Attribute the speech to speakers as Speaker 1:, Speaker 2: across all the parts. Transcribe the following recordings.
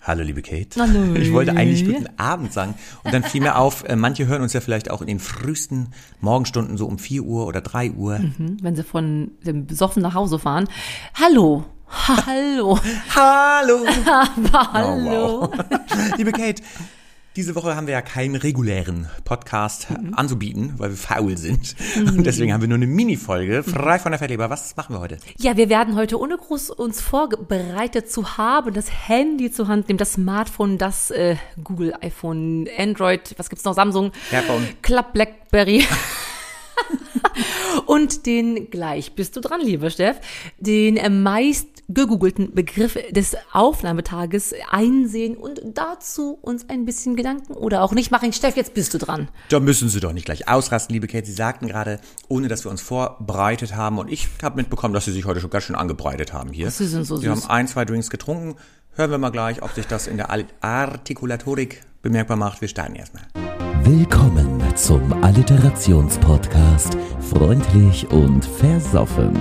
Speaker 1: Hallo, liebe Kate.
Speaker 2: Hallo.
Speaker 1: Ich wollte eigentlich guten Abend sagen. Und dann fiel mir auf, äh, manche hören uns ja vielleicht auch in den frühesten Morgenstunden, so um 4 Uhr oder 3 Uhr.
Speaker 2: Hm, Wenn sie von dem Besoffen nach Hause fahren. Hallo. Hallo.
Speaker 1: Hallo!
Speaker 2: Hallo.
Speaker 1: Oh, wow. liebe Kate, diese Woche haben wir ja keinen regulären Podcast äh,
Speaker 2: Mhm.
Speaker 1: anzubieten, weil wir faul sind. Und deswegen haben wir nur eine Mini-Folge, frei von der Fettleber. Was machen wir heute?
Speaker 2: Ja, wir werden heute, ohne groß uns vorbereitet zu haben, das Handy zur Hand nehmen, das Smartphone, das äh, Google, iPhone, Android, was gibt's noch, Samsung,
Speaker 1: Fairphone.
Speaker 2: Club Blackberry. Und den gleich, bist du dran, lieber Steff, den äh, meist gegoogelten Begriff des Aufnahmetages einsehen und dazu uns ein bisschen Gedanken oder auch nicht machen. Steff, jetzt bist du dran.
Speaker 1: Da müssen Sie doch nicht gleich ausrasten, liebe Kate. Sie sagten gerade, ohne dass wir uns vorbereitet haben. Und ich habe mitbekommen, dass Sie sich heute schon ganz schön angebreitet haben hier.
Speaker 2: Sie sind so
Speaker 1: Sie
Speaker 2: süß.
Speaker 1: haben ein, zwei Drinks getrunken. Hören wir mal gleich, ob sich das in der Al- Artikulatorik bemerkbar macht. Wir starten erstmal.
Speaker 3: Willkommen zum Alliterationspodcast Freundlich und Versoffen.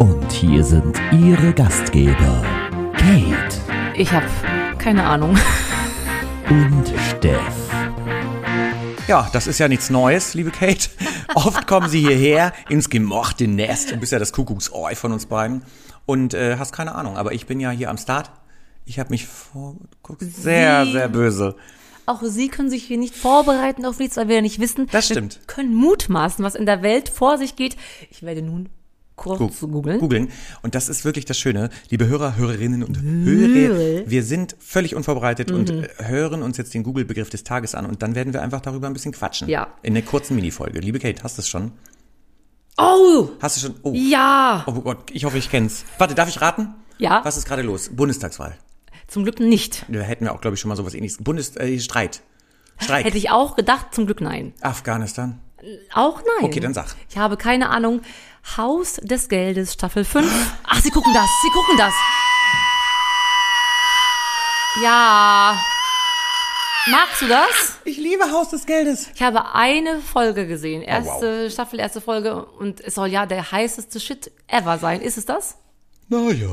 Speaker 3: Und hier sind Ihre Gastgeber, Kate
Speaker 2: Ich habe keine Ahnung.
Speaker 3: und Steff.
Speaker 1: Ja, das ist ja nichts Neues, liebe Kate. Oft kommen Sie hierher ins gemochte Nest. Du bist ja das Kuckucksoi von uns beiden. Und äh, hast keine Ahnung, aber ich bin ja hier am Start. Ich habe mich vor... guck, Sehr,
Speaker 2: Sie-
Speaker 1: sehr böse.
Speaker 2: Auch Sie können sich hier nicht vorbereiten auf nichts, weil wir ja nicht wissen.
Speaker 1: Das stimmt.
Speaker 2: Wir können mutmaßen, was in der Welt vor sich geht. Ich werde nun kurz
Speaker 1: Gu-
Speaker 2: googeln.
Speaker 1: googeln. Und das ist wirklich das Schöne. Liebe Hörer, Hörerinnen und
Speaker 2: Hörer. Mhm.
Speaker 1: Hörer, wir sind völlig unvorbereitet und äh, hören uns jetzt den Google-Begriff des Tages an und dann werden wir einfach darüber ein bisschen quatschen.
Speaker 2: Ja.
Speaker 1: In einer kurzen Minifolge. Liebe Kate, hast du es schon?
Speaker 2: Oh,
Speaker 1: Hast du schon? Oh.
Speaker 2: ja.
Speaker 1: Oh Gott, ich hoffe, ich kenn's. Warte, darf ich raten?
Speaker 2: Ja.
Speaker 1: Was ist gerade los? Bundestagswahl.
Speaker 2: Zum Glück nicht.
Speaker 1: Da hätten wir auch, glaube ich, schon mal sowas ähnliches. Bundes äh, Streit. Streik.
Speaker 2: Hätte ich auch gedacht, zum Glück nein.
Speaker 1: Afghanistan.
Speaker 2: Auch nein.
Speaker 1: Okay, dann sag.
Speaker 2: Ich habe keine Ahnung. Haus des Geldes, Staffel 5. Ach, Sie gucken das, Sie gucken das. Ja. Magst du das?
Speaker 1: Ich liebe Haus des Geldes.
Speaker 2: Ich habe eine Folge gesehen, erste
Speaker 1: Oh, wow.
Speaker 2: Staffel, erste Folge und es soll ja der heißeste Shit ever sein. Ist es das?
Speaker 1: Naja.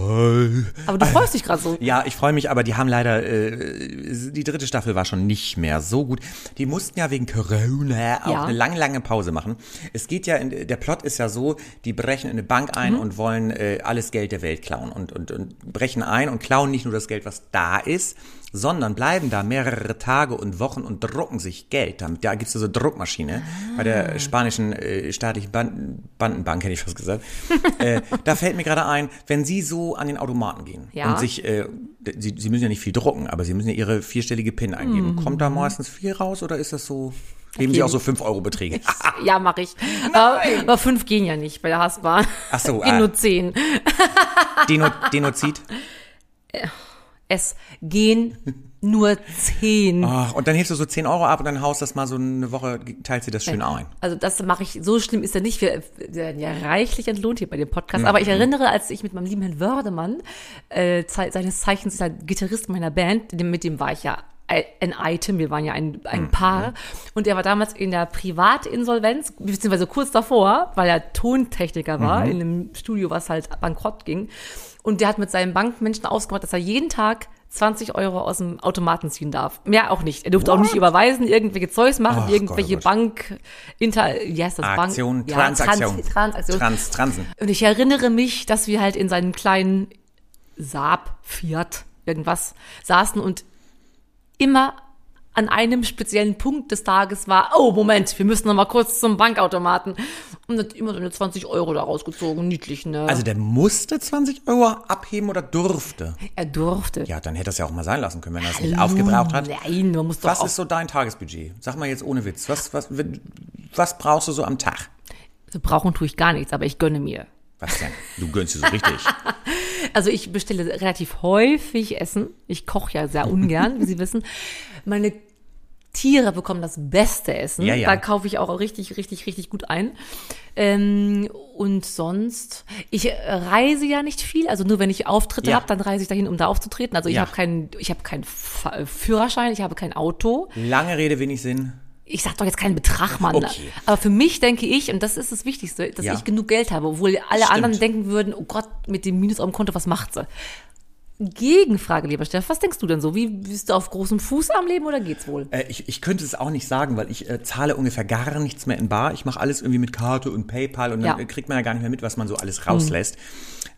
Speaker 2: Aber du freust dich gerade so.
Speaker 1: Ja, ich freue mich, aber die haben leider, äh, die dritte Staffel war schon nicht mehr so gut. Die mussten ja wegen Corona auch
Speaker 2: Ja.
Speaker 1: eine lange, lange Pause machen. Es geht ja, in, der Plot ist ja so, die brechen in eine Bank ein und wollen äh, alles Geld der Welt klauen und, und, und brechen ein und klauen nicht nur das Geld, was da ist, sondern bleiben da mehrere Tage und Wochen und drucken sich Geld. Damit, da gibt's ja so eine Druckmaschine bei der spanischen äh, staatlichen Ban Bandenbank, hätte ich fast gesagt. äh, da fällt mir gerade ein, wenn Sie so an den Automaten gehen
Speaker 2: Ja.
Speaker 1: und sich ich, äh, d- sie, sie müssen ja nicht viel drucken, aber sie müssen ja ihre vierstellige PIN eingeben.
Speaker 2: Hm.
Speaker 1: Kommt da meistens viel raus oder ist das so? Geben Sie auch so 5-Euro-Beträge?
Speaker 2: Ja, mache ich. Aber, aber fünf gehen ja nicht bei der Hassbahn.
Speaker 1: Ach so,
Speaker 2: Gehen
Speaker 1: ah.
Speaker 2: nur zehn.
Speaker 1: Deno, Denozid?
Speaker 2: Es gehen nur zehn.
Speaker 1: Ach, Ah, und dann hebst du so 10 Euro ab und dann haust das mal so eine Woche, teilt sie das schön ein.
Speaker 2: Also das mache ich, so schlimm ist ja nicht. Wir wir werden ja reichlich entlohnt hier bei dem Podcast. Aber ich erinnere, als ich mit meinem lieben Herrn Wördemann, äh, zei- seines Zeichens der Gitarrist meiner Band, dem, mit dem war ich ja ein Item, wir waren ja ein, ein Paar. Und er war damals in der Privatinsolvenz, beziehungsweise kurz davor, weil er Tontechniker war, in einem Studio, was halt bankrott ging. Und der hat mit seinen Bankmenschen ausgemacht, dass er jeden Tag 20 Euro aus dem Automaten ziehen darf. Mehr auch nicht. Er durfte auch nicht überweisen, irgendwelche Zeugs machen,
Speaker 1: Ach Gott,
Speaker 2: irgendwelche
Speaker 1: oh Gott.
Speaker 2: Bank, Inter, wie heißt das?
Speaker 1: Aktion,
Speaker 2: Bank, ja,
Speaker 1: Transaktion.
Speaker 2: Trans, Transaktion.
Speaker 1: Trans, Transen.
Speaker 2: und ich erinnere mich, dass wir halt in seinem kleinen Saab, Fiat, irgendwas saßen und immer an einem speziellen Punkt des Tages war, oh Moment, wir müssen noch mal kurz zum Bankautomaten. Und hat immer so eine 20 Euro da rausgezogen, niedlich, ne?
Speaker 1: Also der musste 20 Euro abheben oder durfte?
Speaker 2: er durfte.
Speaker 1: Ja, dann hätte das ja auch mal sein lassen können, wenn er es nicht
Speaker 2: Hallo,
Speaker 1: aufgebraucht hat.
Speaker 2: Nein, man muss doch
Speaker 1: Was
Speaker 2: auch
Speaker 1: ist so dein Tagesbudget? Sag mal jetzt ohne Witz. Was, was, wenn- was brauchst du so am Tag?
Speaker 2: Also brauchen tue ich gar nichts, aber ich gönne mir.
Speaker 1: Was denn? Du gönnst dir so richtig.
Speaker 2: Also ich bestelle relativ häufig Essen. Ich koche ja sehr ungern, wie Sie wissen. Meine Tiere bekommen das beste Essen.
Speaker 1: Ja, ja.
Speaker 2: Da kaufe ich auch richtig, richtig, richtig gut ein. Ähm, und sonst, ich äh, reise ja nicht viel. Also nur wenn ich Auftritte
Speaker 1: Ja.
Speaker 2: habe, dann reise ich dahin, um da aufzutreten. Also ich
Speaker 1: Ja.
Speaker 2: habe keinen, ich habe keinen Fa- äh, Führerschein, ich habe kein Auto.
Speaker 1: Lange Rede, wenig Sinn.
Speaker 2: Ich sag doch jetzt keinen Betrag, Mann.
Speaker 1: Okay.
Speaker 2: Aber für mich denke ich, und das ist das Wichtigste, dass
Speaker 1: Ja.
Speaker 2: ich genug Geld habe, obwohl alle
Speaker 1: Stimmt.
Speaker 2: anderen denken würden, oh Gott, mit dem Minus auf dem Konto, was macht sie? Gegenfrage, lieber Steff, was denkst du denn so? Wie bist du auf großem Fuß am Leben oder geht's wohl?
Speaker 1: Äh, ich, ich könnte es auch nicht sagen, weil ich äh, zahle ungefähr gar nichts mehr in Bar. Ich mache alles irgendwie mit Karte und PayPal und dann
Speaker 2: Ja. Mhm.
Speaker 1: äh, kriegt man ja gar nicht mehr mit, was man so alles rauslässt.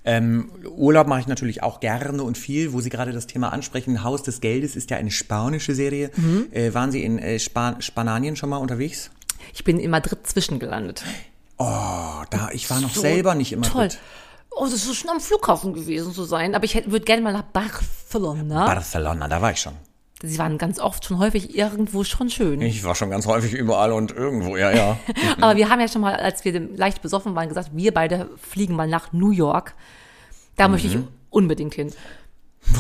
Speaker 1: Ähm, Urlaub mache ich natürlich auch gerne und viel, wo Sie gerade das Thema ansprechen. Haus des Geldes ist ja eine spanische Serie.
Speaker 2: Mhm.
Speaker 1: Äh, waren Sie in äh, Span Spanien schon mal unterwegs?
Speaker 2: Ich bin in Madrid zwischengelandet.
Speaker 1: Oh, da, ich war noch selber nicht immer
Speaker 2: Toll. Oh, das ist schon am Flughafen gewesen zu sein. Aber ich würde gerne mal nach Barcelona.
Speaker 1: Barcelona, da war ich schon.
Speaker 2: Sie waren ganz oft schon häufig irgendwo schon schön.
Speaker 1: Ich war schon ganz häufig überall und irgendwo, ja, ja.
Speaker 2: Aber wir haben ja schon mal, als wir leicht besoffen waren, gesagt, wir beide fliegen mal nach New York. Da möchte
Speaker 1: Mhm.
Speaker 2: ich unbedingt hin.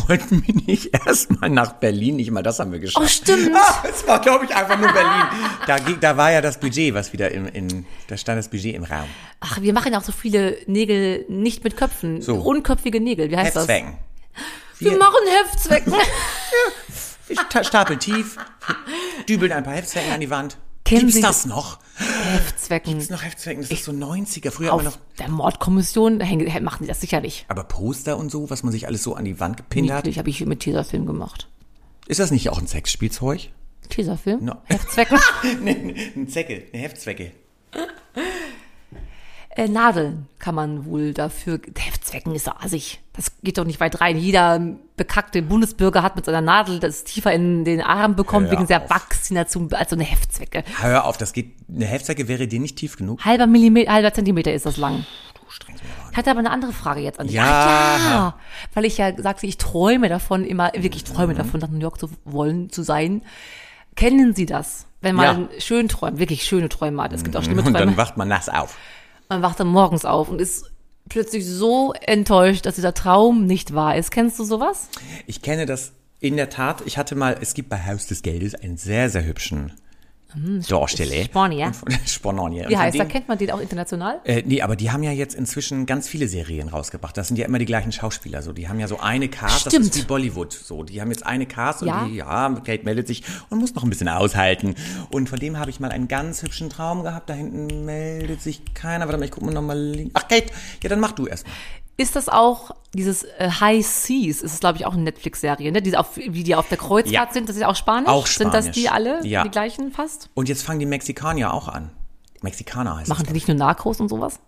Speaker 1: Wollten wir nicht erstmal nach Berlin? Nicht mal das haben wir
Speaker 2: Oh,
Speaker 1: geschafft.
Speaker 2: stimmt.
Speaker 1: Ah, es war, glaube ich, einfach nur Berlin. Da, ging, da war ja das Budget, was wieder im, in, da stand das Budget im Raum.
Speaker 2: Ach, wir machen ja auch so viele Nägel nicht mit Köpfen.
Speaker 1: So.
Speaker 2: Unköpfige Nägel, wie heißt
Speaker 1: Heftzwecken.
Speaker 2: das? Wir machen Heftzwecken.
Speaker 1: Ich ta- stapel tief, dübeln ein paar Heftzwecken an die Wand.
Speaker 2: Kennen
Speaker 1: Gibt's
Speaker 2: Sie-
Speaker 1: das noch?
Speaker 2: Heftzwecken.
Speaker 1: Gibt's noch Heftzwecken? Das ist so 90er. Früher hat man
Speaker 2: Auf
Speaker 1: noch.
Speaker 2: der Mordkommission hängen, machen die das sicherlich.
Speaker 1: Aber Poster und so, was man sich alles so an die Wand gepinnt hat.
Speaker 2: Natürlich habe ich mit Tesafilm gemacht.
Speaker 1: Ist das nicht auch ein Sexspielzeug?
Speaker 2: Tesafilm?
Speaker 1: No.
Speaker 2: Heftzwecken?
Speaker 1: Nee, nee, ein Zeckel, eine Heftzwecke.
Speaker 2: äh, Nadeln kann man wohl dafür. Heftzwecken ist so assig. Das geht doch nicht weit rein. Jeder bekackte Bundesbürger hat mit seiner Nadel das tiefer in den Arm bekommen,
Speaker 1: Hör
Speaker 2: wegen der
Speaker 1: auf.
Speaker 2: Vaccination, als so also eine Heftzwecke.
Speaker 1: Hör auf, das geht. Eine Heftzwecke wäre dir nicht tief genug.
Speaker 2: Halber Millimeter, halber Zentimeter ist das lang.
Speaker 1: Du strengst mich aber an.
Speaker 2: Ich hatte aber eine andere Frage jetzt an dich.
Speaker 1: Ja.
Speaker 2: Ach ja, weil ich ja sagte, ich träume davon, immer wirklich
Speaker 1: Mhm.
Speaker 2: träume davon, nach New York zu wollen, zu sein. Kennen Sie das? Wenn man schön träumt, wirklich schöne Träume hat. Es gibt auch schlimme
Speaker 1: Und dann
Speaker 2: Träume.
Speaker 1: wacht man nass auf.
Speaker 2: Man wacht dann morgens auf und ist plötzlich so enttäuscht, dass dieser Traum nicht wahr ist. Kennst du sowas?
Speaker 1: Ich kenne das in der Tat. Ich hatte mal, es gibt bei Haus des Geldes einen sehr, sehr hübschen Dorstelle.
Speaker 2: Spornier.
Speaker 1: Spornier.
Speaker 2: Mm, Wie heißt er? Kennt man den auch international?
Speaker 1: Äh, nee, aber die haben ja jetzt inzwischen ganz viele Serien rausgebracht. Das sind ja immer die gleichen Schauspieler. So, die haben ja so eine Cast, das ist
Speaker 2: Stimmt.
Speaker 1: wie Bollywood. So, die haben jetzt eine Cast und
Speaker 2: Ja.
Speaker 1: die, ja, Kate meldet sich und muss noch ein bisschen aushalten. Und von dem habe ich mal einen ganz hübschen Traum gehabt. Da hinten meldet sich keiner. Warte mal, ich gucke mal nochmal links. Ach, Kate, ja, dann mach du erst mal.
Speaker 2: Ist das auch dieses äh, High Seas? Ist es glaube ich auch eine Netflix-Serie, ne? Diese auf, wie die auf der Kreuzfahrt
Speaker 1: Ja.
Speaker 2: sind. Das ist auch Spanisch.
Speaker 1: Auch
Speaker 2: Sind das
Speaker 1: Spanisch.
Speaker 2: die alle
Speaker 1: Ja.
Speaker 2: die gleichen fast?
Speaker 1: Und jetzt fangen die Mexikaner auch an. Mexikaner heißt
Speaker 2: Machen die nicht nur Narcos und sowas?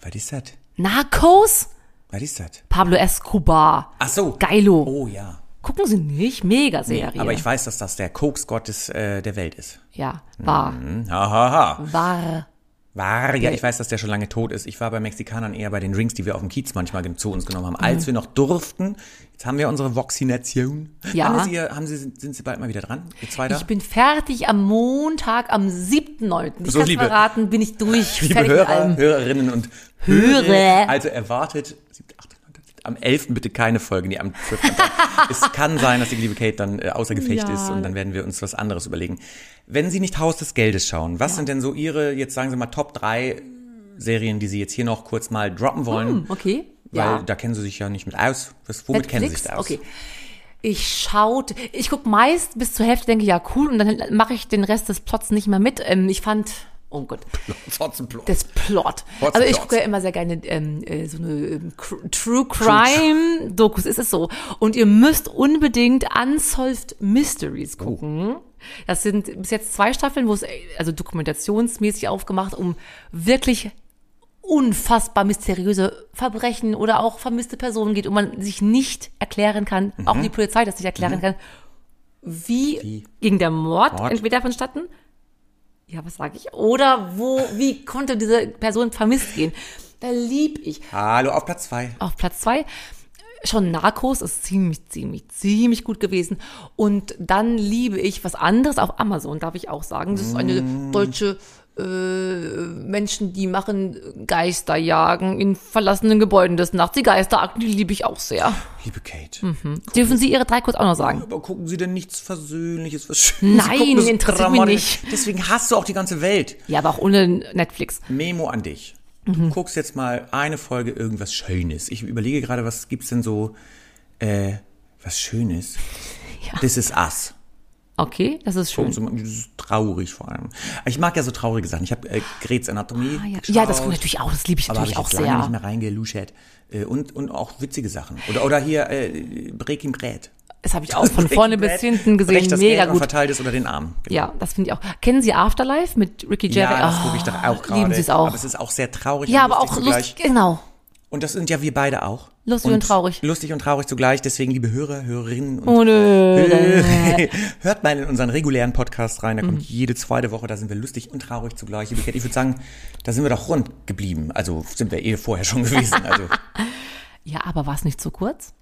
Speaker 1: es. Was ist das?
Speaker 2: Narcos?
Speaker 1: Was ist das?
Speaker 2: Pablo Escobar.
Speaker 1: Ach so.
Speaker 2: Geilo.
Speaker 1: Oh ja.
Speaker 2: Gucken Sie nicht? Mega-Serie.
Speaker 1: Aber ich weiß, dass das der Koksgott des, äh, der Welt ist.
Speaker 2: ja, war.
Speaker 1: Hm, Ha, ha, ha.
Speaker 2: War.
Speaker 1: War, ja, ich weiß, dass der schon lange tot ist. Ich war bei Mexikanern eher bei den Drinks, die wir auf dem Kiez manchmal gen- zu uns genommen haben,
Speaker 2: Mhm.
Speaker 1: als wir noch durften. Jetzt haben wir unsere Vaccination.
Speaker 2: Ja.
Speaker 1: Haben Sie, haben Sie, sind sind Sie bald mal wieder dran? Ihr Zweiter?
Speaker 2: Ich bin fertig am Montag, am 7.9. Ich
Speaker 1: So,
Speaker 2: kann's
Speaker 1: liebe-
Speaker 2: verraten, bin ich durch.
Speaker 1: Liebe
Speaker 2: fertig mit
Speaker 1: Hörer,
Speaker 2: allem.
Speaker 1: Hörerinnen und
Speaker 2: Hörer.
Speaker 1: Hörer. Also erwartet, siebte, achte, neunte, siebte, am 11. bitte keine Folge, nee, am 12. es kann sein, dass die liebe Kate dann äh, außer Gefecht
Speaker 2: Ja.
Speaker 1: ist und dann werden wir uns was anderes überlegen. Wenn Sie nicht Haus des Geldes schauen, was sind denn so Ihre, jetzt sagen Sie mal, Top 3 Serien, die Sie jetzt hier noch kurz mal droppen wollen?
Speaker 2: Hm, okay.
Speaker 1: Weil
Speaker 2: ja.
Speaker 1: da kennen Sie sich ja nicht mit aus. Was, womit kennen Sie sich da aus?
Speaker 2: Okay. Ich schaute, ich guck meist bis zur Hälfte, denke, ja, cool, und dann mache ich den Rest des Plots nicht mehr mit. Ähm, ich fand, oh Gott,
Speaker 1: Fotzenplot.
Speaker 2: das Plot.
Speaker 1: What's
Speaker 2: also ich
Speaker 1: Plot?
Speaker 2: gucke ja immer sehr gerne ähm, äh, so eine ähm, Cr- True Crime Dokus, ist es so. Und ihr müsst unbedingt Unsolved Mysteries
Speaker 1: Oh.
Speaker 2: gucken. Das sind bis jetzt zwei Staffeln, wo es äh, also dokumentationsmäßig aufgemacht, um wirklich unfassbar mysteriöse Verbrechen oder auch vermisste Personen geht und man sich nicht erklären kann, auch die Polizei das nicht erklären kann, wie,
Speaker 1: Mhm. Wie?
Speaker 2: ging der Mord,
Speaker 1: Mord?
Speaker 2: entweder vonstatten, ja, was sage ich, oder wo, wie konnte diese Person vermisst gehen? Da lieb ich.
Speaker 1: Hallo, auf Platz 2.
Speaker 2: Auf Platz zwei schon Narcos ist ziemlich, ziemlich, ziemlich gut gewesen. Und dann liebe ich was anderes auf Amazon, darf ich auch sagen. Das ist eine
Speaker 1: Mm.
Speaker 2: deutsche äh, Menschen, die machen Geisterjagen in verlassenen Gebäuden des Nachts. Die Geisterakten, die liebe ich auch sehr.
Speaker 1: Liebe Kate.
Speaker 2: Hm. Dürfen Sie Ihre drei kurz auch noch sagen?
Speaker 1: Aber gucken Sie denn nichts Versöhnliches, was Schönes?
Speaker 2: Nein,
Speaker 1: Sie gucken das
Speaker 2: interessiert mich
Speaker 1: Dramatische. Deswegen hasst du auch die ganze Welt.
Speaker 2: Ja, aber auch ohne Netflix.
Speaker 1: Memo an dich.
Speaker 2: Mhm.
Speaker 1: Du guckst jetzt mal eine Folge irgendwas Schönes. Ich überlege gerade, was gibt's denn so, äh, was Schönes?
Speaker 2: Ja.
Speaker 1: This is Us.
Speaker 2: Okay, das ist schön.
Speaker 1: Und so, das ist traurig vor allem. Aber Ich mag ja so traurige Sachen. Ich habe äh, Grets Anatomie.
Speaker 2: Ah, ja.
Speaker 1: geschaut,
Speaker 2: ja, das gucke ich natürlich auch. Das liebe ich
Speaker 1: aber hab
Speaker 2: natürlich
Speaker 1: ich jetzt
Speaker 2: auch
Speaker 1: lange nicht
Speaker 2: sehr.
Speaker 1: mehr reingeluschert. Äh, und, und auch witzige Sachen. Oder, oder hier äh, Breaking Bread.
Speaker 2: Das habe ich auch von
Speaker 1: Breaking
Speaker 2: vorne
Speaker 1: Bread,
Speaker 2: bis hinten gesehen.
Speaker 1: brecht das
Speaker 2: Mega
Speaker 1: Geld Und
Speaker 2: gut.
Speaker 1: verteilt es unter den Armen.
Speaker 2: Ja, das finde ich auch. Kennen Sie Afterlife mit Ricky
Speaker 1: Ja,
Speaker 2: Gervais?
Speaker 1: das gucke ich doch auch gerade.
Speaker 2: Ah, Lieben Sie es auch.
Speaker 1: Aber es ist auch sehr traurig.
Speaker 2: ja,
Speaker 1: und
Speaker 2: aber auch
Speaker 1: lustig zugleich.
Speaker 2: lustig. Genau.
Speaker 1: Und das sind ja wir beide auch.
Speaker 2: Lustig und traurig.
Speaker 1: Lustig und traurig zugleich. Deswegen, liebe Hörer, Hörerinnen und
Speaker 2: Und, äh,
Speaker 1: Hört mal in unseren regulären Podcast rein, da kommt
Speaker 2: Mhm.
Speaker 1: jede zweite Woche, da sind wir lustig und traurig zugleich. Liebe Kat, ich würde sagen, da sind wir doch rund geblieben. Also sind wir eh vorher schon gewesen. Also
Speaker 2: ja, aber war es nicht zu kurz?